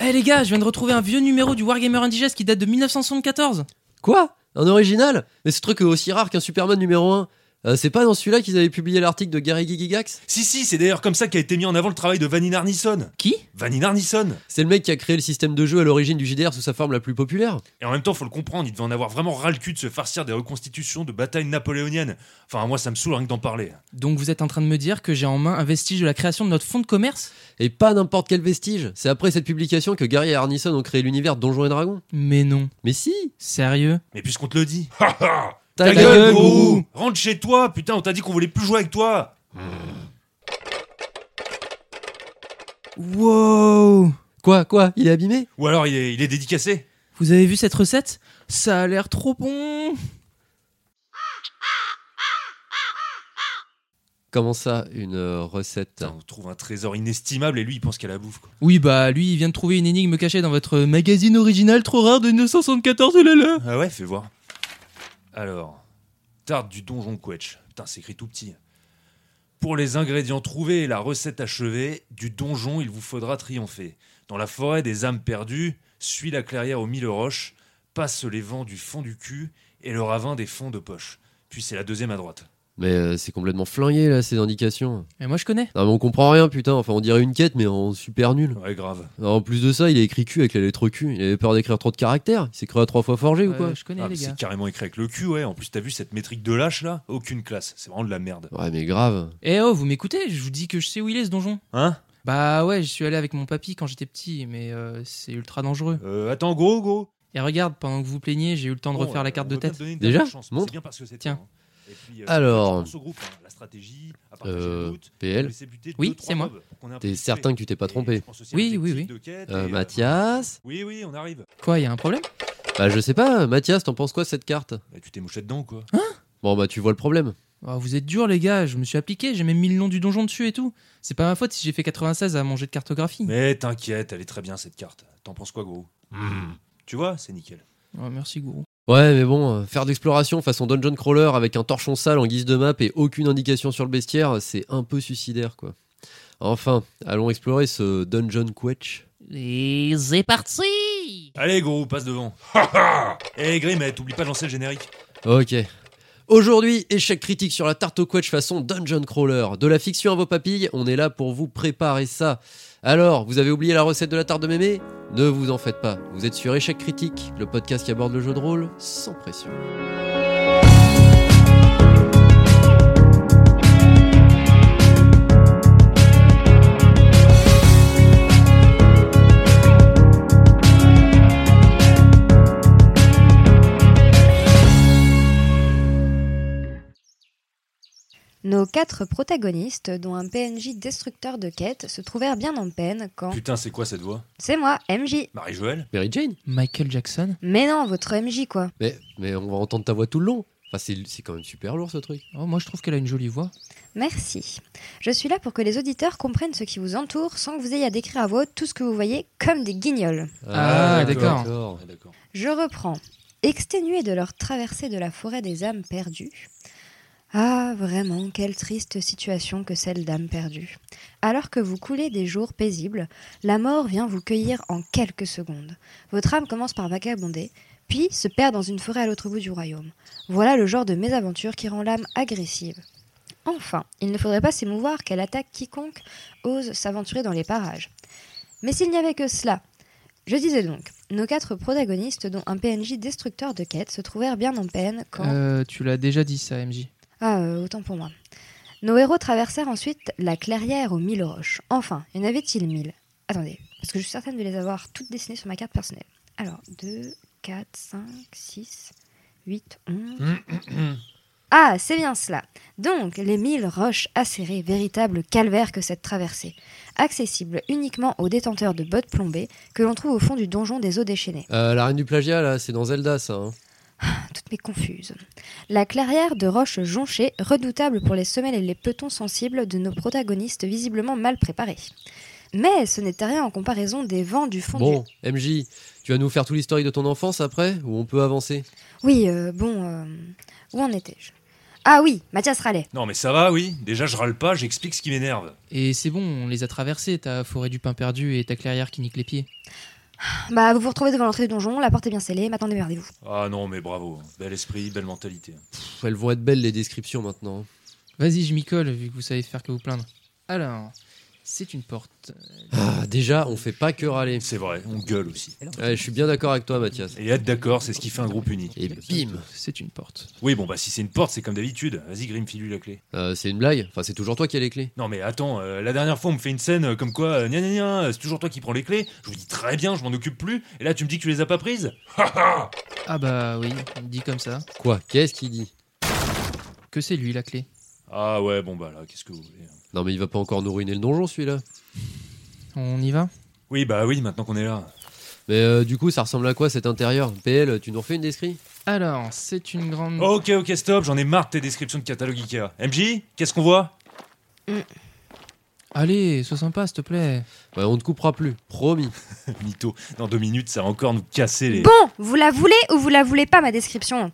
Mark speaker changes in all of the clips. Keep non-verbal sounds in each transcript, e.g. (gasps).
Speaker 1: Eh les gars, je viens de retrouver un vieux numéro du Wargamer Indigest qui date de 1974.
Speaker 2: Quoi Un original Mais ce truc est aussi rare qu'un Superman numéro 1. Euh, c'est pas dans celui-là qu'ils avaient publié l'article de Gary Gigax
Speaker 3: Si, si, c'est d'ailleurs comme ça qu'a été mis en avant le travail de Vanina Arnison.
Speaker 1: Qui
Speaker 3: Vanina Arnison
Speaker 2: C'est le mec qui a créé le système de jeu à l'origine du JDR sous sa forme la plus populaire.
Speaker 3: Et en même temps, faut le comprendre, il devait en avoir vraiment ras le cul de se farcir des reconstitutions de batailles napoléoniennes. Enfin, moi, ça me saoule rien que d'en parler.
Speaker 1: Donc vous êtes en train de me dire que j'ai en main un vestige de la création de notre fonds de commerce
Speaker 2: Et pas n'importe quel vestige. C'est après cette publication que Gary et Arnison ont créé l'univers Donjons et Dragons.
Speaker 1: Mais non.
Speaker 2: Mais si
Speaker 1: Sérieux
Speaker 3: Mais puisqu'on te le dit. Ha ha
Speaker 2: Ah, Ta
Speaker 3: Ta gueule,
Speaker 2: gueule,
Speaker 3: gros
Speaker 2: gourou
Speaker 3: Rentre chez toi, putain, on t'a dit qu'on voulait plus jouer avec toi
Speaker 1: Wow
Speaker 2: Quoi, quoi Il est abîmé
Speaker 3: Ou alors il est, il est dédicacé
Speaker 1: Vous avez vu cette recette Ça a l'air trop bon
Speaker 2: Comment ça, une euh, recette
Speaker 3: Putain, on trouve un trésor inestimable et lui, il pense qu'à la bouffe, quoi.
Speaker 1: Oui bah lui il vient de trouver une énigme cachée dans votre magazine original trop rare de 1974, oh là là
Speaker 3: Ah ouais, fais voir. Alors, tarte du donjon quetch. Putain, c'est écrit tout petit. Pour les ingrédients trouvés et la recette achevée, du donjon il vous faudra triompher. Dans la forêt des âmes perdues, suis la clairière aux mille roches, passe les vents du fond du cul et le ravin des fonds de poche. Puis c'est la deuxième à droite.
Speaker 2: Mais euh, c'est complètement flingué là, ces indications.
Speaker 1: Et moi je connais.
Speaker 2: Non mais on comprend rien putain, enfin on dirait une quête mais en super nul.
Speaker 3: Ouais, grave.
Speaker 2: En plus de ça, il a écrit Q avec la lettre Q. Il avait peur d'écrire trop de caractères. Il s'est cru à trois fois forgé ou quoi
Speaker 1: Ouais, Euh, je connais
Speaker 3: Ah, mais
Speaker 1: les gars.
Speaker 3: c'est carrément écrit avec le cul, ouais. En plus, t'as vu cette métrique de lâche là Aucune classe. C'est vraiment de la merde.
Speaker 2: Ouais mais grave.
Speaker 1: Eh oh, vous m'écoutez Je vous dis que je sais où il est ce donjon.
Speaker 3: Hein
Speaker 1: Bah ouais, je suis allé avec mon papy quand j'étais petit, mais euh, c'est ultra dangereux.
Speaker 3: Euh, Attends, go, go
Speaker 1: Et regarde, pendant que vous vous plaignez, j'ai eu le temps de refaire la carte de tête.
Speaker 2: Déjà Montre.
Speaker 3: bien parce que c'est
Speaker 1: Tiens.
Speaker 3: toi, hein. Et puis, euh,
Speaker 2: Alors.
Speaker 3: je pense au groupe, hein, la stratégie, à partager
Speaker 2: Euh,
Speaker 3: les doutes,
Speaker 2: PL.
Speaker 3: laisser buter
Speaker 1: Oui,
Speaker 3: deux, trois
Speaker 1: c'est moi.
Speaker 3: mobs pour qu'on ait un peu
Speaker 2: T'es
Speaker 3: de
Speaker 2: certain
Speaker 3: succès.
Speaker 2: que tu t'es pas
Speaker 3: Et je
Speaker 2: trompé
Speaker 3: pense aussi à
Speaker 1: Oui,
Speaker 3: l'objectif
Speaker 1: oui, oui.
Speaker 3: de quête
Speaker 2: Euh,
Speaker 3: et, euh,
Speaker 2: Mathias
Speaker 3: Oui, oui, on arrive.
Speaker 1: Quoi, y a un problème
Speaker 2: Bah je sais pas, Mathias, t'en penses quoi cette carte
Speaker 3: Bah, tu t'es mouché dedans ou quoi
Speaker 2: Bon bah tu vois le problème.
Speaker 1: Oh, Vous êtes durs les gars, je me suis appliqué, j'ai même mis le nom du donjon dessus et tout. C'est pas ma faute si j'ai fait 96 à manger de cartographie.
Speaker 3: (laughs) Mais t'inquiète, elle est très bien cette carte. T'en penses quoi, gros
Speaker 2: Hmm.
Speaker 3: Tu vois, c'est nickel.
Speaker 1: Oh, merci gourou.
Speaker 2: Ouais mais bon, euh, faire de l'exploration façon dungeon crawler avec un torchon sale en guise de map et aucune indication sur le bestiaire, c'est un peu suicidaire quoi. Enfin, allons explorer ce dungeon quetch.
Speaker 4: Et c'est parti
Speaker 3: Allez, gros,
Speaker 2: (laughs)
Speaker 3: passe devant. Eh, Grim, eh, t'oublies pas de lancer le générique.
Speaker 2: Ok. Aujourd'hui, échec critique sur la tarte au quetch façon dungeon crawler. De la fiction à vos papilles, on est là pour vous préparer ça. Alors, vous avez oublié la recette de la tarte de mémé Ne vous en faites pas. Vous êtes sur Échec critique, le podcast qui aborde le jeu de rôle sans pression.
Speaker 5: Nos quatre protagonistes, dont un PNJ destructeur de quêtes, se trouvèrent bien en peine
Speaker 1: Hein
Speaker 5: quand.
Speaker 3: Putain, c'est quoi cette voix
Speaker 5: C'est moi, MJ
Speaker 3: Marie-Joëlle
Speaker 2: Mary Jane
Speaker 1: Michael Jackson
Speaker 5: Mais non, votre MJ quoi
Speaker 2: mais, mais on va entendre ta voix tout le long. Enfin, c'est c'est quand même super lourd ce truc.
Speaker 1: Oh, moi je trouve qu'elle a une jolie voix.
Speaker 5: Merci. Je suis là pour que les auditeurs comprennent ce qui vous entoure sans que vous ayez à décrire à voix haute tout ce que vous voyez comme des guignols.
Speaker 3: Ah,
Speaker 1: d'accord.
Speaker 3: Ah, d'accord.
Speaker 5: Je reprends. Exténués de leur traversée de la forêt des âmes perdues. Ah, vraiment, quelle triste situation que celle d'âmes perdues. Alors que vous coulez des jours paisibles, la mort vient vous cueillir en quelques secondes. Votre âme commence par vagabonder, puis se perd dans une forêt à l'autre bout du royaume. Voilà le genre de mésaventure qui rend l'âme agressive. Enfin, il ne faudrait pas s'émouvoir qu'elle attaque quiconque ose s'aventurer dans les parages. Mais s'il n'y avait que cela, je disais donc, nos quatre protagonistes, dont un PNJ destructeur de quêtes, se trouvèrent bien en peine quand.
Speaker 1: Euh, tu l'as déjà dit ça, MJ.
Speaker 5: Ah, euh, autant pour moi. Nos héros traversèrent ensuite la clairière aux mille roches. Enfin, y en avait-il mille Attendez, parce que je suis certaine de les avoir toutes dessinées sur ma carte personnelle. Alors, 2, 4, 5, 6, 8, 11. Ah, c'est bien cela. Donc, les mille roches acérées, véritable calvaire que cette traversée. Accessible uniquement aux détenteurs de bottes plombées que l'on trouve au fond du donjon des eaux déchaînées.
Speaker 2: Euh, la reine du plagiat, là, c'est dans Zelda, ça. hein.
Speaker 5: toutes mes confuses. La clairière de roches jonchées, redoutable pour les semelles et les petons sensibles de nos protagonistes visiblement mal préparés. Mais ce n'était rien en comparaison des vents du fond
Speaker 2: Bon,
Speaker 5: du...
Speaker 2: MJ, tu vas nous faire tout l'historique de ton enfance après Ou on peut avancer
Speaker 5: Oui, euh, bon, euh, où en étais-je Ah oui, Mathias râlait.
Speaker 3: Non, mais ça va, oui. Déjà, je râle pas, j'explique ce qui m'énerve.
Speaker 1: Et c'est bon, on les a traversés, ta forêt du pain perdu et ta clairière qui nique les pieds.
Speaker 5: Bah, vous vous retrouvez devant l'entrée du donjon, la porte est bien scellée, maintenant démerdez-vous.
Speaker 3: Ah non, mais bravo. Bel esprit, belle mentalité.
Speaker 2: Pff, elles vont être belles les descriptions maintenant.
Speaker 1: Vas-y, je m'y colle, vu que vous savez faire que vous plaindre. Alors, c'est une porte.
Speaker 2: Ah, déjà, on fait pas que râler.
Speaker 3: C'est vrai, on gueule aussi.
Speaker 2: Ouais, je suis bien d'accord avec toi, Mathias.
Speaker 3: Et être d'accord, c'est ce qui fait un groupe uni.
Speaker 2: Et bim
Speaker 1: C'est une porte.
Speaker 3: Oui, bon, bah si c'est une porte, c'est comme d'habitude. Vas-y, Grim, file-lui la clé.
Speaker 2: Euh, c'est une blague Enfin, c'est toujours toi qui as les clés.
Speaker 3: Non, mais attends, euh, la dernière fois, on me fait une scène euh, comme quoi, euh, gna gna gna, c'est toujours toi qui prends les clés. Je vous dis très bien, je m'en occupe plus. Et là, tu me dis que tu les as pas prises
Speaker 1: Ah bah oui, dit comme ça.
Speaker 2: Quoi Qu'est-ce qu'il dit
Speaker 1: Que c'est lui la clé.
Speaker 3: Ah ouais, bon, bah là, qu'est-ce que vous voulez
Speaker 2: Non, mais il va pas encore nous ruiner le donjon, celui-là.
Speaker 1: On y va
Speaker 3: Oui, bah oui, maintenant qu'on est là.
Speaker 2: Mais euh, du coup, ça ressemble à quoi cet intérieur PL, tu nous refais une description
Speaker 1: Alors, c'est une grande.
Speaker 3: Ok, ok, stop, j'en ai marre de tes descriptions de catalogue Ikea. MJ, qu'est-ce qu'on voit (laughs)
Speaker 1: Allez, sois sympa, s'il te plaît.
Speaker 2: Bah, on ne coupera plus, promis.
Speaker 3: Mytho, dans deux minutes, ça va encore nous casser les.
Speaker 5: Bon, vous la voulez ou vous la voulez pas, ma description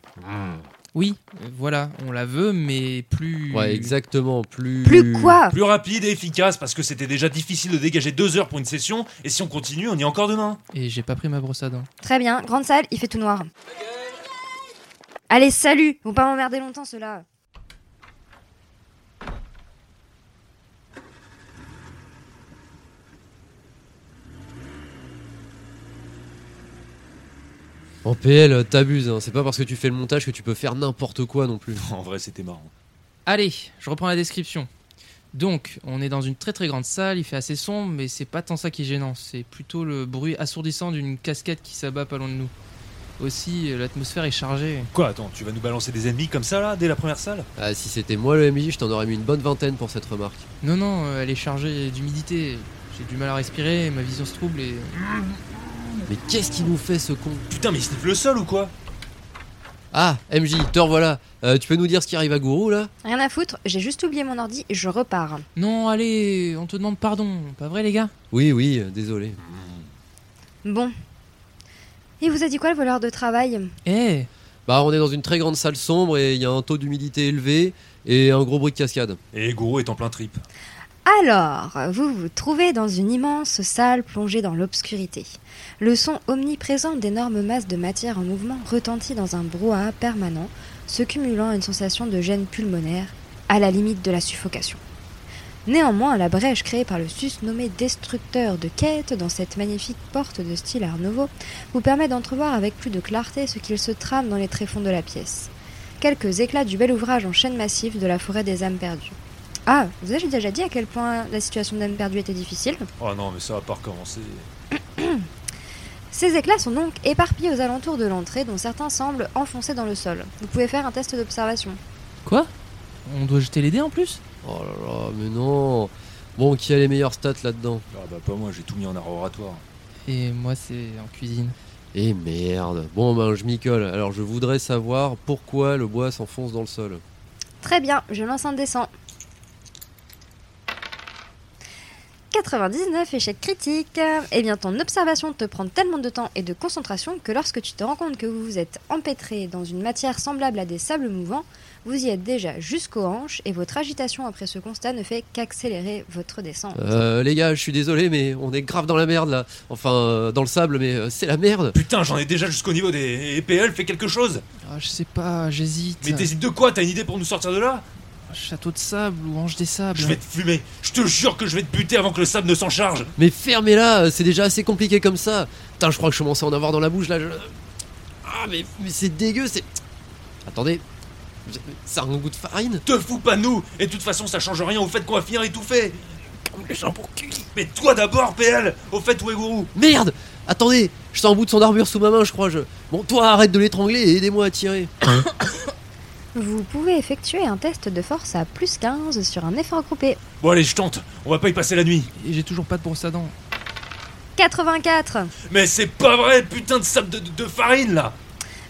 Speaker 1: Oui, euh, voilà, on la veut, mais plus.
Speaker 2: Ouais, exactement, plus.
Speaker 5: Plus quoi
Speaker 3: Plus rapide et efficace parce que c'était déjà difficile de dégager deux heures pour une session et si on continue, on y est encore demain.
Speaker 1: Et j'ai pas pris ma brosse à dents.
Speaker 5: Très bien, grande salle, il fait tout noir. Allez, salut Vont pas m'emmerder longtemps, ceux-là.
Speaker 2: En PL, t'abuses, hein, c'est pas parce que tu fais le montage que tu peux faire n'importe quoi non plus.
Speaker 3: En vrai, c'était marrant.
Speaker 1: Allez, je reprends la description. Donc, on est dans une très très grande salle, il fait assez sombre, mais c'est pas tant ça qui est gênant, c'est plutôt le bruit assourdissant d'une casquette qui s'abat pas loin de nous. Aussi, euh, l'atmosphère est chargée.
Speaker 3: Quoi, attends, tu vas nous balancer des ennemis comme ça là, dès la première salle
Speaker 2: Ah, si c'était moi le MJ, je t'en aurais mis une bonne vingtaine pour cette remarque.
Speaker 1: Non, non, euh, elle est chargée d'humidité. J'ai du mal à respirer, ma vision se trouble et.
Speaker 2: Mais qu'est-ce qu'il nous fait ce con
Speaker 3: Putain, mais il sniffe le sol ou quoi
Speaker 2: Ah, MJ, te revoilà. Euh, tu peux nous dire ce qui arrive à Gourou là
Speaker 5: Rien à foutre, j'ai juste oublié mon ordi, je repars.
Speaker 1: Non, allez, on te demande pardon, pas vrai les gars
Speaker 2: Oui, oui, euh, désolé.
Speaker 5: Bon. Il vous a dit quoi le voleur de travail
Speaker 1: Eh
Speaker 2: Bah, on est dans une très grande salle sombre et il y a un taux d'humidité élevé et un gros bruit de cascade.
Speaker 3: Et Goro est en plein trip.
Speaker 5: Alors, vous vous trouvez dans une immense salle plongée dans l'obscurité. Le son omniprésent d'énormes masses de matière en mouvement retentit dans un brouhaha permanent, se cumulant à une sensation de gêne pulmonaire, à la limite de la suffocation. Néanmoins, la brèche créée par le susnommé destructeur de quête dans cette magnifique porte de style Art Nouveau vous permet d'entrevoir avec plus de clarté ce qu'il se trame dans les tréfonds de la pièce. Quelques éclats du bel ouvrage en chaîne massive de la forêt des âmes perdues. Ah, vous avez déjà dit à quel point la situation d'âme perdue était difficile
Speaker 3: Oh non, mais ça va pas recommencer.
Speaker 5: Ces éclats sont donc éparpillés aux alentours de l'entrée, dont certains semblent enfoncés dans le sol. Vous pouvez faire un test d'observation.
Speaker 1: Quoi On doit jeter les dés en plus
Speaker 2: Oh là là, mais non Bon, qui a les meilleures stats là-dedans
Speaker 3: Ah bah pas moi, j'ai tout mis en art oratoire.
Speaker 1: Et moi, c'est en cuisine.
Speaker 2: Eh merde Bon, ben je m'y colle. Alors, je voudrais savoir pourquoi le bois s'enfonce dans le sol.
Speaker 5: Très bien, je lance un dessin. 99 échecs critiques. Eh bien, ton observation te prend tellement de temps et de concentration que lorsque tu te rends compte que vous vous êtes empêtré dans une matière semblable à des sables mouvants, vous y êtes déjà jusqu'aux hanches et votre agitation après ce constat ne fait qu'accélérer votre descente.
Speaker 2: Euh, les gars, je suis désolé, mais on est grave dans la merde là. Enfin, euh, dans le sable, mais euh, c'est la merde.
Speaker 3: Putain, j'en ai déjà jusqu'au niveau des EPL, fais quelque chose
Speaker 1: Ah, je sais pas, j'hésite.
Speaker 3: Mais t'hésites de quoi T'as une idée pour nous sortir de là
Speaker 1: Château de sable ou ange des sables
Speaker 3: Je vais te fumer Je te jure que je vais te buter avant que le sable ne s'en charge
Speaker 2: Mais fermez-la, euh, c'est déjà assez compliqué comme ça. Putain, je crois que je commence à en avoir dans la bouche là. je- Ah, mais, mais c'est dégueu, c'est. Attendez, ça a un goût de farine
Speaker 3: Te fous pas de nous Et de toute façon, ça change rien au fait qu'on va finir étouffé Mais toi d'abord, PL Au fait, où est Gourou
Speaker 2: Merde Attendez, je sens un bout de son armure sous ma main, je crois. Je... Bon, toi, arrête de l'étrangler et aidez-moi à tirer.
Speaker 5: Vous pouvez effectuer un test de force à plus 15 sur un effort groupé.
Speaker 3: Bon allez, je tente On va pas y passer la nuit
Speaker 1: Et j'ai toujours pas de brosse à dents.
Speaker 5: 84
Speaker 3: Mais c'est pas vrai, putain de sable de, de- de farine là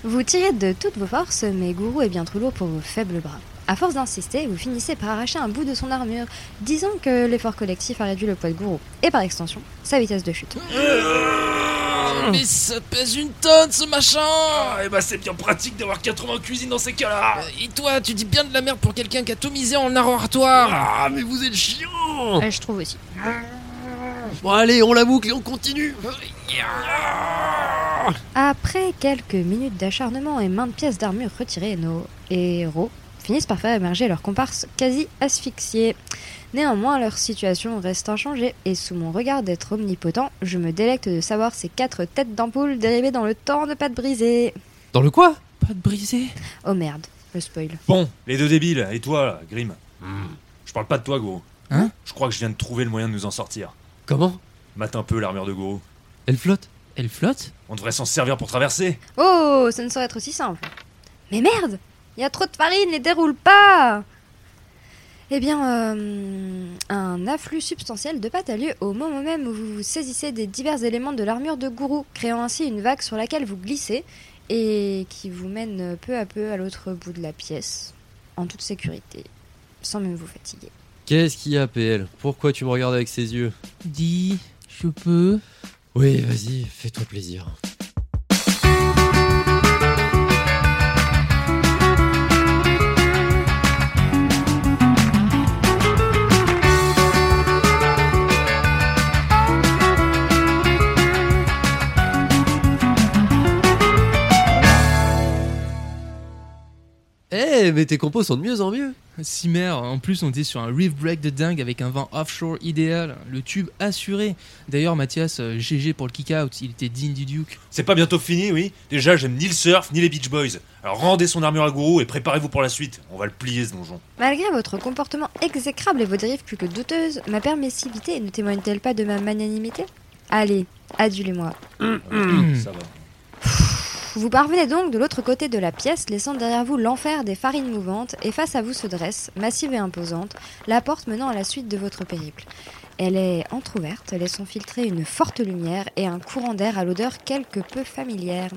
Speaker 5: Vous tirez de toutes vos forces, mais Gourou est bien trop lourd pour vos faibles bras. À force d'insister, vous finissez par arracher un bout de son armure. Disons que l'effort collectif a réduit le poids de Gourou, et par extension, sa vitesse de chute.
Speaker 1: Ah, Mais ça pèse une tonne ce machin
Speaker 3: Ah, et bah c'est bien pratique d'avoir 80 cuisines dans ces cas-là
Speaker 1: Euh, Et toi, tu dis bien de la merde pour quelqu'un qui a tout misé en arroratoire
Speaker 3: Ah, mais vous êtes chiant
Speaker 6: Ouais, je trouve aussi.
Speaker 2: Bon, allez, on la boucle et on continue.
Speaker 5: Après quelques minutes d'acharnement et maintes pièces d'armure retirées, nos héros finissent par faire émerger leurs comparses quasi asphyxiés. Néanmoins, leur situation reste inchangée, et sous mon regard d'être omnipotent, je me délecte de savoir ces quatre têtes d'ampoule dérivées dans le temps de pâte brisée.
Speaker 2: Dans le quoi
Speaker 1: Pas de brisé
Speaker 5: Oh merde, le spoil.
Speaker 3: Bon, les deux débiles, et toi, là, Grim Je parle pas de toi, gros.
Speaker 1: Hein
Speaker 3: Je crois que je viens de trouver le moyen de nous en sortir.
Speaker 2: Comment
Speaker 3: Mate un peu l'armure de Goro.
Speaker 2: Elle flotte
Speaker 1: Elle flotte
Speaker 3: On devrait s'en servir pour traverser
Speaker 5: Oh, ça ne saurait être aussi simple. Mais merde Il y a trop de farine, les déroule pas Eh bien, euh, un afflux substantiel de pâte a lieu au moment même où vous vous saisissez des divers éléments de l'armure de gourou, créant ainsi une vague sur laquelle vous glissez et qui vous mène peu à peu à l'autre bout de la pièce, en toute sécurité, sans même vous fatiguer.
Speaker 2: Qu'est-ce qu'il y a, PL Pourquoi tu me regardes avec ses yeux
Speaker 1: Dis, je peux.
Speaker 2: Oui, vas-y, fais-toi plaisir. Eh, mais tes compos sont de mieux en mieux.
Speaker 1: Cimer, en plus, on était sur un riff break de dingue avec un vent offshore idéal, le tube assuré. D'ailleurs, Mathias, euh, GG pour le kick-out, il était digne du Duke.
Speaker 3: C'est pas bientôt fini, oui Déjà, j'aime ni le surf, ni les Beach Boys. Alors rendez son armure à Goro et préparez-vous pour la suite. On va le plier, ce donjon.
Speaker 5: Malgré votre comportement exécrable et vos dérives plus que douteuses, ma permissivité ne témoigne-t-elle pas de ma magnanimité Allez, adulez-moi.
Speaker 3: Ça va.
Speaker 5: Vous parvenez donc de l'autre côté de la pièce, laissant derrière vous l'enfer des farines mouvantes, et face à vous se dresse, massive et imposante, la porte menant à la suite de votre périple. Elle est entr'ouverte, laissant filtrer une forte lumière et un courant d'air à l'odeur quelque peu familière.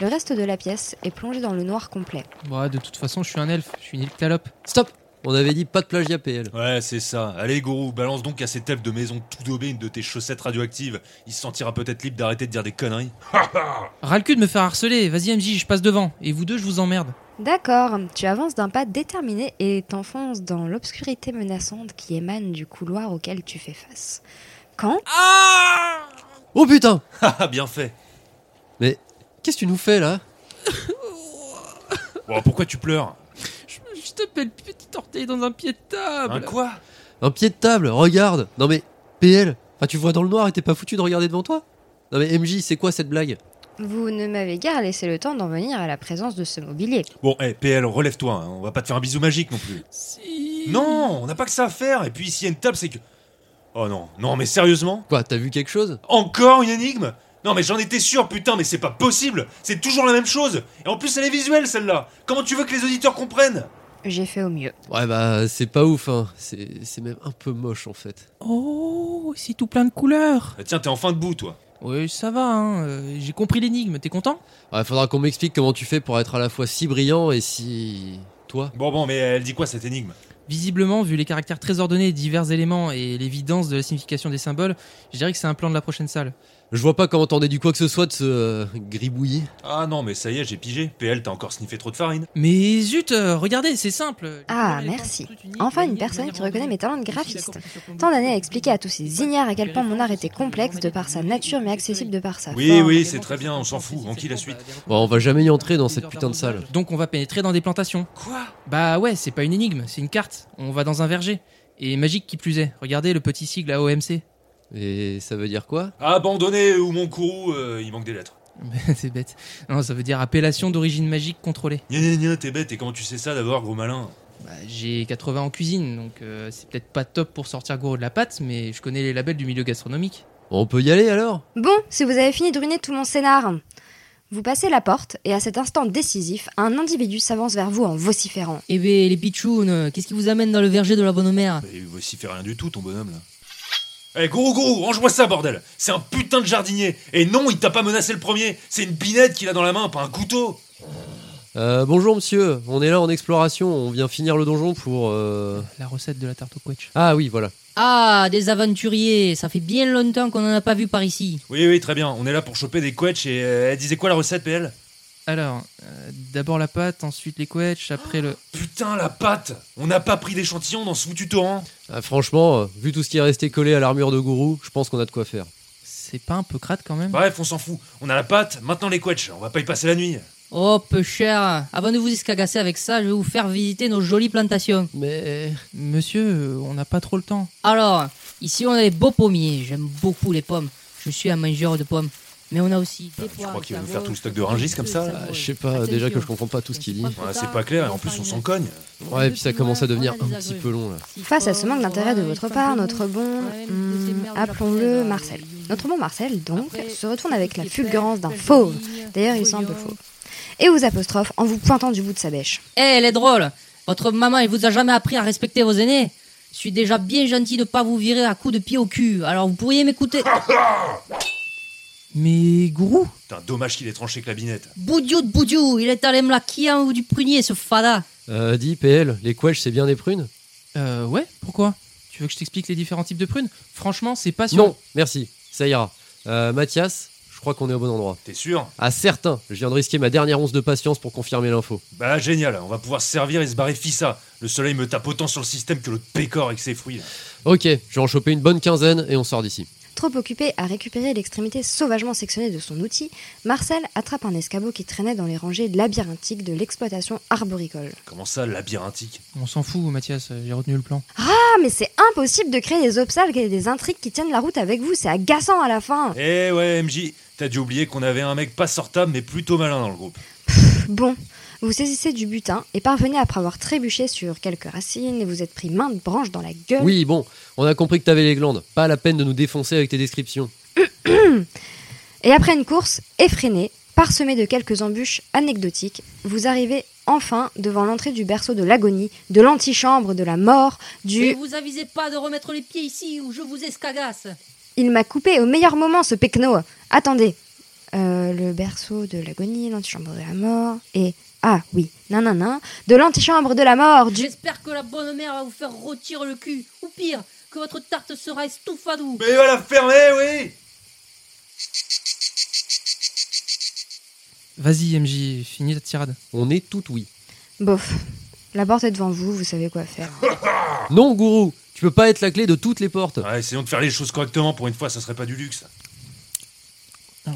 Speaker 5: Le reste de la pièce est plongé dans le noir complet.
Speaker 1: Bon, Bah, de toute façon, je suis un elfe, je suis une calope.
Speaker 2: Stop On avait dit pas de plagiat, PL.
Speaker 3: Ouais, c'est ça. Allez, Goro, balance donc à ces têtes de maison tout daubées une de tes chaussettes radioactives. Il se sentira peut-être libre d'arrêter de dire des conneries. (laughs)
Speaker 1: Ras le cul de me faire harceler, vas-y MJ, je passe devant, et vous deux, je vous emmerde.
Speaker 5: D'accord, tu avances d'un pas déterminé et t'enfonces dans l'obscurité menaçante qui émane du couloir auquel tu fais face. Quand
Speaker 2: Oh putain
Speaker 3: Haha, Ah, bien fait.
Speaker 2: Mais qu'est-ce que tu nous fais là
Speaker 3: Bon, pourquoi tu pleures
Speaker 1: Je, je t'appelle petit orteil dans un pied de
Speaker 3: Hein,
Speaker 1: table.
Speaker 3: quoi
Speaker 2: Un pied de table, regarde Non mais, PL, enfin, tu vois dans le noir et t'es pas foutu de regarder devant toi Non mais MJ, c'est quoi cette blague
Speaker 5: Vous ne m'avez guère laissé le temps d'en venir à la présence de ce mobilier.
Speaker 3: Bon, eh, PL, relève-toi. hein. On va pas te faire un bisou magique non plus.
Speaker 1: Si.
Speaker 3: Non, on n'a pas que ça à faire. Et puis, s'il y a une table, c'est que. Oh non, non, mais sérieusement
Speaker 2: Quoi, t'as vu quelque chose
Speaker 3: Encore une énigme Non, mais j'en étais sûr, putain, mais c'est pas possible C'est toujours la même chose Et en plus, elle est visuelle, celle-là Comment tu veux que les auditeurs comprennent
Speaker 5: J'ai fait au mieux.
Speaker 2: Ouais bah, c'est pas ouf, hein. C'est c'est même un peu moche en fait.
Speaker 1: Oh, c'est tout plein de couleurs.
Speaker 3: Ah, Tiens, t'es enfin debout, toi.
Speaker 1: Oui, ça va, hein, euh, j'ai compris l'énigme, t'es content
Speaker 2: Ouais, faudra qu'on m'explique comment tu fais pour être à la fois si brillant et si... Toi
Speaker 3: Bon, bon, mais elle dit quoi, cette énigme
Speaker 1: Visiblement, vu les caractères très ordonnés des divers éléments et l'évidence de la signification des symboles, je dirais que c'est un plan de la prochaine salle.
Speaker 2: Je vois pas comment t'en déduis quoi que ce soit de ce euh, gribouillis.
Speaker 3: Ah non, mais ça y est, j'ai pigé. PL, t'as encore sniffé trop de farine.
Speaker 1: Mais zut, euh, regardez, c'est simple.
Speaker 5: Ah, merci. Enfin, une personne qui reconnaît mes talents de graphiste. Tant d'années à expliquer à tous ces ignares à quel point mon art était complexe de par sa nature mais accessible de par sa
Speaker 3: Oui,
Speaker 2: Eh
Speaker 5: forme.
Speaker 3: oui, c'est très bien, on s'en fout. En qui la suite
Speaker 2: Bon, on va jamais y entrer dans cette putain de salle.
Speaker 1: euh, Donc on va pénétrer dans des plantations.
Speaker 3: Quoi
Speaker 1: Bah ouais, c'est pas une énigme, c'est une carte. On va dans un verger. Et magique qui plus est. Regardez le petit sigle AOMC.
Speaker 2: Et ça veut dire quoi
Speaker 3: Abandonné ou mon courroux, euh, il manque des lettres.
Speaker 1: (laughs) c'est bête. Non, ça veut dire appellation d'origine magique contrôlée.
Speaker 3: Gna gna gna, t'es bête, et comment tu sais ça d'abord, gros malin
Speaker 1: Bah, j'ai 80 en cuisine, donc euh, c'est peut-être pas top pour sortir gros de la pâte, mais je connais les labels du milieu gastronomique.
Speaker 2: On peut y aller alors
Speaker 5: Bon, si vous avez fini de ruiner tout mon scénar, vous passez la porte et à cet instant décisif, un individu s'avance vers vous en vociférant.
Speaker 4: Eh ben, les pitchounes, qu'est-ce qui vous amène dans le verger de la bonne mère
Speaker 3: Mais il va s'y faire rien du tout, ton bonhomme, là. Eh, gourou, gourou, range-moi ça, bordel C'est un putain de jardinier Et non, il t'a pas menacé le premier C'est une binette qu'il a dans la main, pas un couteau
Speaker 2: euh, Bonjour monsieur, on est là en exploration, on vient finir le donjon pour... euh,
Speaker 1: La recette de la tarte au quetch.
Speaker 2: Ah oui, voilà.
Speaker 4: Ah, des aventuriers, ça fait bien longtemps qu'on n'en a pas vu par ici.
Speaker 3: Oui, oui, très bien. On est là pour choper des quetchs et euh, elle disait quoi la recette, PL
Speaker 1: Alors, euh, d'abord la pâte, ensuite les quetchs, après
Speaker 4: (gasps)
Speaker 1: le.
Speaker 3: Putain, la pâte On n'a pas pris d'échantillon dans ce foutu torrent
Speaker 2: Ah, franchement, euh, vu tout ce qui est resté collé à l'armure de gourou, je pense qu'on a de quoi faire.
Speaker 1: C'est pas un peu crade quand même
Speaker 3: Bref, on s'en fout. On a la pâte, maintenant les quetchs. On va pas y passer la nuit.
Speaker 4: Oh, peu cher, avant de vous escagasser avec ça, je vais vous faire visiter nos jolies plantations.
Speaker 2: Mais.
Speaker 1: Monsieur, euh, on n'a pas trop le temps.
Speaker 4: Alors, ici on a les beaux pommiers, j'aime beaucoup les pommes. Je suis un mangeur de pommes. Mais on a aussi des
Speaker 3: tu
Speaker 4: poires,
Speaker 3: crois qu'il va nous
Speaker 4: carottes,
Speaker 3: faire tout le stock de Rungis comme ça, là
Speaker 4: savoureux.
Speaker 2: Ah, je sais pas, déjà que je comprends pas tout ce qu'il dit.
Speaker 4: Attention.
Speaker 3: Ouais, c'est pas clair, et en plus on s'en cogne.
Speaker 2: Ouais, et puis ça commence à devenir
Speaker 4: On a
Speaker 2: un
Speaker 4: des
Speaker 2: petit
Speaker 4: agrumes.
Speaker 2: peu long là.
Speaker 5: Face à ce manque d'intérêt de votre part, notre bon, hum, appelons-le Marcel. Notre bon Marcel, donc, se retourne avec la fulgurance d'un fauve. D'ailleurs, il semble fauve. Et vous apostrophe en vous pointant du bout de sa bêche.
Speaker 4: Eh, elle est drôle Votre maman, elle vous a jamais appris à respecter vos aînés Je suis déjà bien gentil de pas vous virer à coups de pied au cul, alors vous pourriez m'écouter
Speaker 1: Mais gourou
Speaker 3: Putain, dommage qu'il ait tranché que la binette.
Speaker 4: Boudiou de boudiou, il est allé me laquer en haut du prunier, ce fada
Speaker 2: Euh, dis, PL, les quetchs c'est bien des prunes
Speaker 1: Euh, ouais, pourquoi Tu veux que je t'explique les différents types de prunes Franchement, c'est pas sûr.
Speaker 2: Non, merci, ça ira. Euh, Mathias, je crois qu'on est au bon endroit.
Speaker 3: T'es sûr
Speaker 2: À certains, je viens de risquer ma dernière once de patience pour confirmer l'info.
Speaker 3: Bah génial, on va pouvoir se servir et se barrer fissa. Le soleil me tape autant sur le système que le pécor avec ses fruits. là.
Speaker 2: Ok, je vais en choper une bonne quinzaine et on sort d'ici.
Speaker 5: Trop occupé à récupérer l'extrémité sauvagement sectionnée de son outil, Marcel attrape un escabeau qui traînait dans les rangées labyrinthiques de l'exploitation arboricole.
Speaker 3: Comment ça, labyrinthique
Speaker 1: On s'en fout, Mathias, euh, j'ai retenu le plan.
Speaker 5: Ah, mais c'est impossible de créer des obstacles et des intrigues qui tiennent la route avec vous, c'est agaçant à la fin
Speaker 3: Eh ouais, MJ, t'as dû oublier qu'on avait un mec pas sortable mais plutôt malin dans le groupe.
Speaker 5: Bon, vous saisissez du butin et parvenez après avoir trébuché sur quelques racines et vous êtes pris main de branche dans la gueule.
Speaker 2: Oui, bon, on a compris que t'avais les glandes. Pas la peine de nous défoncer avec tes descriptions.
Speaker 5: Et après une course effrénée, parsemée de quelques embûches anecdotiques, vous arrivez enfin devant l'entrée du berceau de l'agonie, de l'antichambre, de la mort,
Speaker 4: Ne
Speaker 5: du
Speaker 4: vous avisez pas de remettre les pieds ici ou je vous escagasse
Speaker 5: Il m'a coupé au meilleur moment ce pecno Attendez Euh, Le berceau de l'agonie, l'antichambre de la mort et. Ah oui, nan nan nan, de l'antichambre de la mort, du.
Speaker 4: J'espère que la bonne mère va vous faire rôtir le cul, ou pire, que votre tarte sera estouffadou
Speaker 3: Mais va la fermer, oui
Speaker 1: Vas-y, MJ, finis la tirade.
Speaker 2: On est tout oui.
Speaker 5: Bof. La porte est devant vous, vous savez quoi faire.
Speaker 2: Non, gourou, tu peux pas être la clé de toutes les portes.
Speaker 3: Ouais, essayons de faire les choses correctement pour une fois, ça serait pas du luxe.
Speaker 1: Elle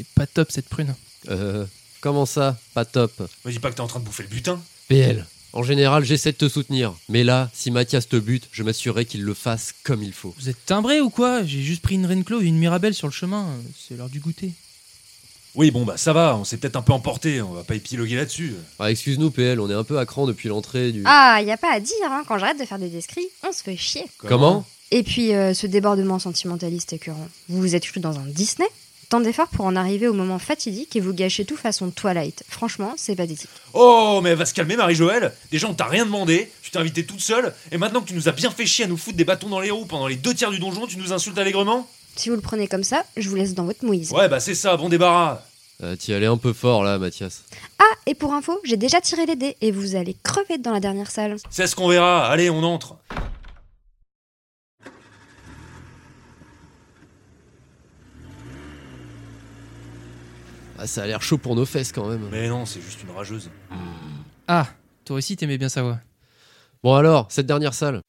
Speaker 1: est pas top cette prune.
Speaker 2: Euh, comment ça Pas top.
Speaker 3: Me dis pas que t'es en train de bouffer le butin.
Speaker 2: PL, en général, j'essaie de te soutenir. Mais là, si Mathias te bute, je m'assurerai qu'il le fasse comme il faut.
Speaker 1: Vous êtes timbré ou quoi J'ai juste pris une Renclo et une Mirabelle sur le chemin. euh, C'est l'heure du goûter.
Speaker 3: Oui, bon, bah ça va, on s'est peut-être un peu emporté, on va pas épiloguer là-dessus.
Speaker 2: Ah, excuse-nous, PL, on est un peu à cran depuis l'entrée du.
Speaker 5: Ah, y a pas à dire, hein, quand j'arrête de faire des descrits, on se fait chier.
Speaker 2: Comment
Speaker 5: Et puis, euh, ce débordement sentimentaliste écœurant. Vous vous êtes cru dans un Disney Tant d'efforts pour en arriver au moment fatidique et vous gâchez tout façon Twilight. Franchement, c'est pathétique.
Speaker 3: Oh, mais va se calmer, Marie-Joëlle Déjà, on t'a rien demandé, tu t'es invitée toute seule, et maintenant que tu nous as bien fait chier à nous foutre des bâtons dans les roues pendant les deux tiers du donjon, tu nous insultes allègrement
Speaker 5: Si vous le prenez comme ça, je vous laisse dans votre mouise.
Speaker 3: Ouais, bah c'est ça, bon débarras
Speaker 2: Euh, T'y allais un peu fort là, Mathias.
Speaker 5: Ah, et pour info, j'ai déjà tiré les dés et vous allez crever dans la dernière salle.
Speaker 3: C'est ce qu'on verra, allez, on entre
Speaker 2: Ah, ça a l'air chaud pour nos fesses quand même.
Speaker 3: Mais non, c'est juste une rageuse.
Speaker 1: Ah, toi aussi t'aimais bien sa voix.
Speaker 2: Bon, alors, cette dernière salle.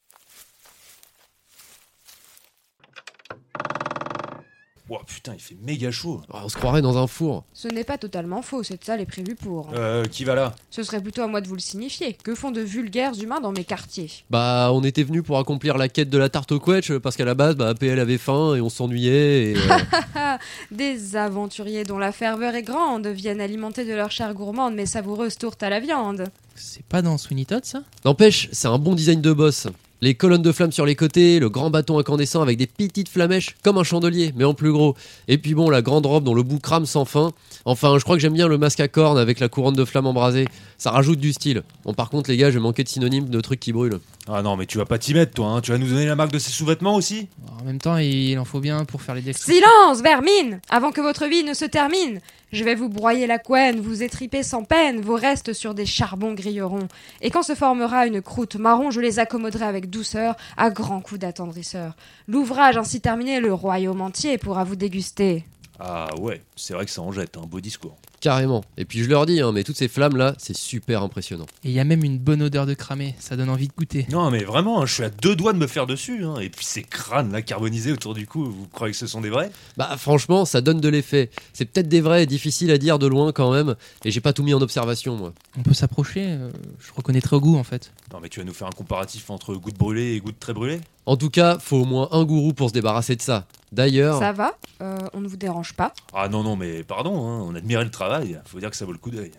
Speaker 3: Ouah, putain, il fait méga chaud
Speaker 2: Ah, on se croirait dans un four.
Speaker 6: Ce n'est pas totalement faux, cette salle est prévue pour.
Speaker 3: Euh, qui va là
Speaker 6: Ce serait plutôt à moi de vous le signifier. Que font de vulgaires humains dans mes quartiers
Speaker 2: Bah, on était venu pour accomplir la quête de la tarte au quetch parce qu'à la base, bah, PL avait faim et on s'ennuyait. Et, euh,
Speaker 6: Des aventuriers dont la ferveur est grande viennent alimenter de leur chair gourmande mes savoureuses tourtes à la viande.
Speaker 1: C'est pas dans Sweeney Todd ça
Speaker 2: N'empêche, c'est un bon design de boss. Les colonnes de flammes sur les côtés, le grand bâton incandescent avec des petites flamèches, comme un chandelier, mais en plus gros. Et puis bon, la grande robe dont le bout crame sans fin. Enfin, je crois que j'aime bien le masque à cornes avec la couronne de flammes embrasée. Ça rajoute du style. Bon, par contre, les gars, je vais manquer de synonymes de trucs qui brûlent.
Speaker 3: Ah non, mais tu vas pas t'y mettre, toi. hein. Tu vas nous donner la marque de ses sous-vêtements aussi
Speaker 1: En même temps, il en faut bien pour faire les dextri.
Speaker 6: Silence, vermine Avant que votre vie ne se termine, je vais vous broyer la couenne, vous étriper sans peine, vos restes sur des charbons grilleront. Et quand se formera une croûte marron, je les accommoderai avec douceur, à grands coups d'attendrisseur. L'ouvrage ainsi terminé, le royaume entier pourra vous déguster.
Speaker 3: Ah ouais, c'est vrai que ça en jette, un beau discours.
Speaker 2: Carrément. Et puis je leur dis, hein, mais toutes ces flammes-là, c'est super impressionnant.
Speaker 1: Et il y a même une bonne odeur de cramé, ça donne envie de goûter.
Speaker 3: Non, mais vraiment, hein, je suis à deux doigts de me faire dessus. hein. Et puis ces crânes là carbonisés autour du cou, vous croyez que ce sont des vrais
Speaker 2: Bah franchement, ça donne de l'effet. C'est peut-être des vrais, difficiles à dire de loin quand même, et j'ai pas tout mis en observation moi.
Speaker 1: On peut s'approcher, euh, je reconnaîtrais au goût en fait.
Speaker 3: Non, mais tu vas nous faire un comparatif entre goutte brûlée et goutte très brûlée
Speaker 2: En tout cas, faut au moins un gourou pour se débarrasser de ça. D'ailleurs,
Speaker 6: Ça va Euh, On ne vous dérange pas
Speaker 3: Ah non, non, mais pardon, hein, on admirait le travail. Faut dire que ça vaut le coup d'œil.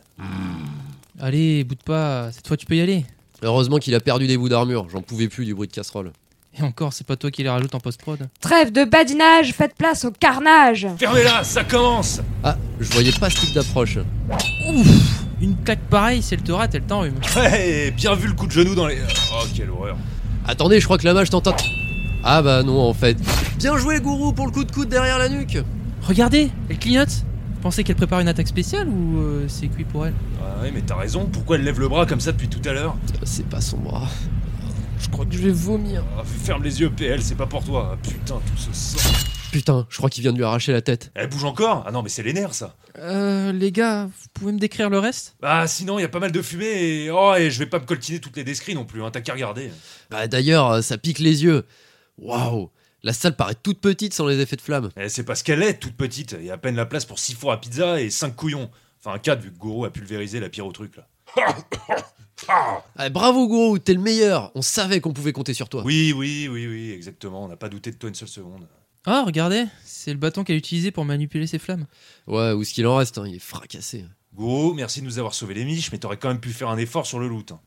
Speaker 1: Allez, bout de pas, cette fois tu peux y aller.
Speaker 2: heureusement qu'il a perdu des bouts d'armure, j'en pouvais plus du bruit de casserole.
Speaker 1: Et encore, c'est pas toi qui les rajoute en post-prod.
Speaker 6: Trêve de badinage, faites place au carnage
Speaker 3: Fermez-la, ça commence
Speaker 2: Ah, je voyais pas ce type d'approche.
Speaker 1: Ouf Une claque pareille, si elle te rate, elle t'enrhume.
Speaker 3: Ouais, bien vu le coup de genou dans les. Oh, quelle horreur.
Speaker 2: Attendez, je crois que la mage t'entend. Ah bah non en fait. Bien joué gourou pour le coup de coude derrière la nuque.
Speaker 1: Regardez, elle clignote Vous Pensez qu'elle prépare une attaque spéciale ou euh, c'est cuit pour elle
Speaker 3: Ah ouais, mais t'as raison, pourquoi elle lève le bras comme ça depuis tout à l'heure
Speaker 2: C'est pas son bras.
Speaker 1: Je crois que je vais vomir.
Speaker 3: Ah, Ferme les yeux, PL, c'est pas pour toi. Ah, putain, tout ce sang.
Speaker 2: Putain, je crois qu'il vient de lui arracher la tête.
Speaker 3: Elle bouge encore Ah non, mais c'est les nerfs, ça.
Speaker 1: Euh, les gars, vous pouvez me décrire le reste
Speaker 3: Bah, sinon, il y a pas mal de fumée et. Oh, et je vais pas me coltiner toutes les descrits non plus, hein, t'as qu'à regarder.
Speaker 2: Bah d'ailleurs, euh, ça pique les yeux. Waouh, la salle paraît toute petite sans les effets de flamme.
Speaker 3: Eh, c'est parce qu'elle est toute petite, il y a à peine la place pour 6 fours à pizza et 5 couillons. Enfin, 4 vu que Goro a pulvérisé la pire au truc là.
Speaker 2: Ah, bravo gourou, t'es le meilleur. On savait qu'on pouvait compter sur toi.
Speaker 3: Oui, oui, oui, oui, exactement, on n'a pas douté de toi une seule seconde.
Speaker 1: Ah, regardez, c'est le bâton qu'elle a utilisé pour manipuler ses flammes.
Speaker 2: Ouais, ou ce qu'il en reste, hein, il est fracassé.
Speaker 3: Goro, merci de nous avoir sauvé les miches, mais t'aurais quand même pu faire un effort sur le loot. hein.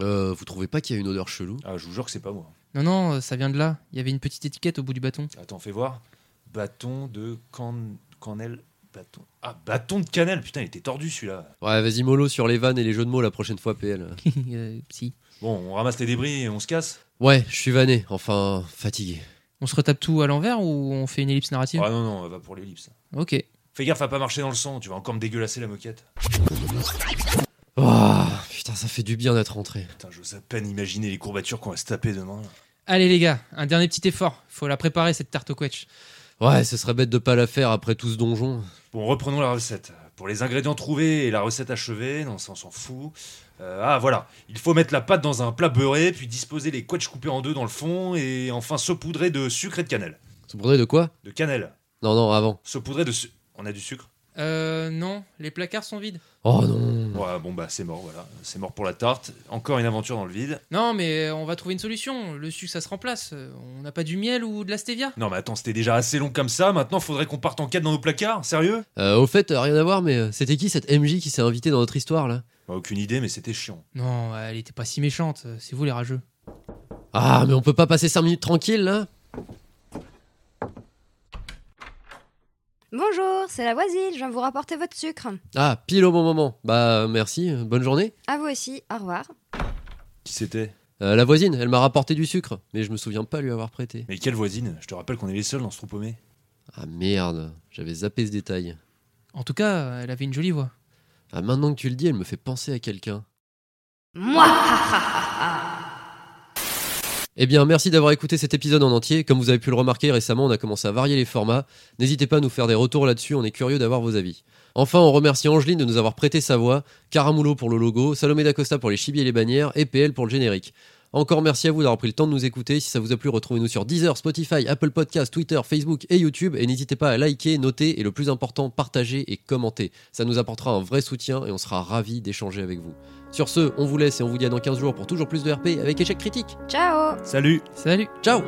Speaker 2: Euh, vous trouvez pas qu'il y a une odeur chelou
Speaker 3: Ah, je vous jure que c'est pas moi.
Speaker 1: Non, non, euh, ça vient de là. Il y avait une petite étiquette au bout du bâton.
Speaker 3: Attends, fais voir. Bâton de can... cannelle. Bâton. Ah, bâton de cannelle, putain, il était tordu celui-là.
Speaker 2: Ouais, vas-y mollo sur les vannes et les jeux de mots la prochaine fois, PL.
Speaker 1: (laughs) Euh, si.
Speaker 3: Bon, on ramasse les débris et on se casse
Speaker 2: Ouais, je suis vanné, enfin fatigué.
Speaker 1: On se retape tout à l'envers ou on fait une ellipse narrative
Speaker 3: Ah non, non, va pour l'ellipse.
Speaker 1: Ok.
Speaker 3: Fais gaffe à pas marcher dans le sang, tu vas encore me dégueulasser la moquette.
Speaker 2: Oh, putain, ça fait du bien d'être rentré.
Speaker 3: Putain, j'ose à peine imaginer les courbatures qu'on va se taper demain.
Speaker 1: Allez les gars, un dernier petit effort. Faut la préparer cette tarte au quetch.
Speaker 2: Ouais, ce serait bête de pas la faire après tout ce donjon.
Speaker 3: Bon, reprenons la recette. Pour les ingrédients trouvés et la recette achevée, non, ça on s'en fout. Euh, ah voilà, il faut mettre la pâte dans un plat beurré, puis disposer les quetchs coupés en deux dans le fond, et enfin saupoudrer de sucre et de cannelle.
Speaker 2: Saupoudrer de quoi
Speaker 3: De cannelle.
Speaker 2: Non, non, avant.
Speaker 3: Saupoudrer de su- On a du sucre
Speaker 1: Euh, non, les placards sont vides.
Speaker 2: Oh non.
Speaker 3: Ouais, bon bah c'est mort, voilà. C'est mort pour la tarte. Encore une aventure dans le vide.
Speaker 1: Non, mais euh, on va trouver une solution. Le sucre, ça se remplace. Euh, On n'a pas du miel ou de la stevia
Speaker 3: Non mais attends, c'était déjà assez long comme ça, maintenant faudrait qu'on parte en quête dans nos placards, sérieux
Speaker 2: Euh, au fait, euh, rien à voir, mais euh, c'était qui cette MJ qui s'est invitée dans notre histoire là
Speaker 3: Bah, Aucune idée, mais c'était chiant.
Speaker 1: Non, elle était pas si méchante. C'est vous les rageux.
Speaker 2: Ah, mais on peut pas passer 5 minutes tranquille là
Speaker 5: Bonjour, c'est la voisine, je viens vous rapporter votre sucre.
Speaker 2: Ah, pile au bon moment. Bah merci, euh, bonne journée.
Speaker 5: À vous aussi, au revoir.
Speaker 3: Qui c'était
Speaker 2: Euh, la voisine, elle m'a rapporté du sucre, mais je me souviens pas lui avoir prêté.
Speaker 3: Mais quelle voisine Je te rappelle qu'on est les seuls dans ce trou paumé.
Speaker 2: Ah merde, j'avais zappé ce détail.
Speaker 1: En tout cas, elle avait une jolie voix.
Speaker 2: Ah, maintenant que tu le dis, elle me fait penser à quelqu'un.
Speaker 5: Moi
Speaker 2: Eh bien, merci d'avoir écouté cet épisode en entier. Comme vous avez pu le remarquer récemment, on a commencé à varier les formats. N'hésitez pas à nous faire des retours là-dessus, on est curieux d'avoir vos avis. Enfin, on remercie Angeline de nous avoir prêté sa voix, Caramulo pour le logo, Salomé Dacosta pour les chibis et les bannières, et PL pour le générique. Encore merci à vous d'avoir pris le temps de nous écouter. Si ça vous a plu, retrouvez-nous sur Deezer, Spotify, Apple Podcasts, Twitter, Facebook et YouTube. Et n'hésitez pas à liker, noter et le plus important, partager et commenter. Ça nous apportera un vrai soutien et on sera ravis d'échanger avec vous. Sur ce, on vous laisse et on vous dit à dans 15 jours pour toujours plus de RP avec Échec Critique.
Speaker 5: Ciao
Speaker 3: Salut
Speaker 1: Salut
Speaker 2: Ciao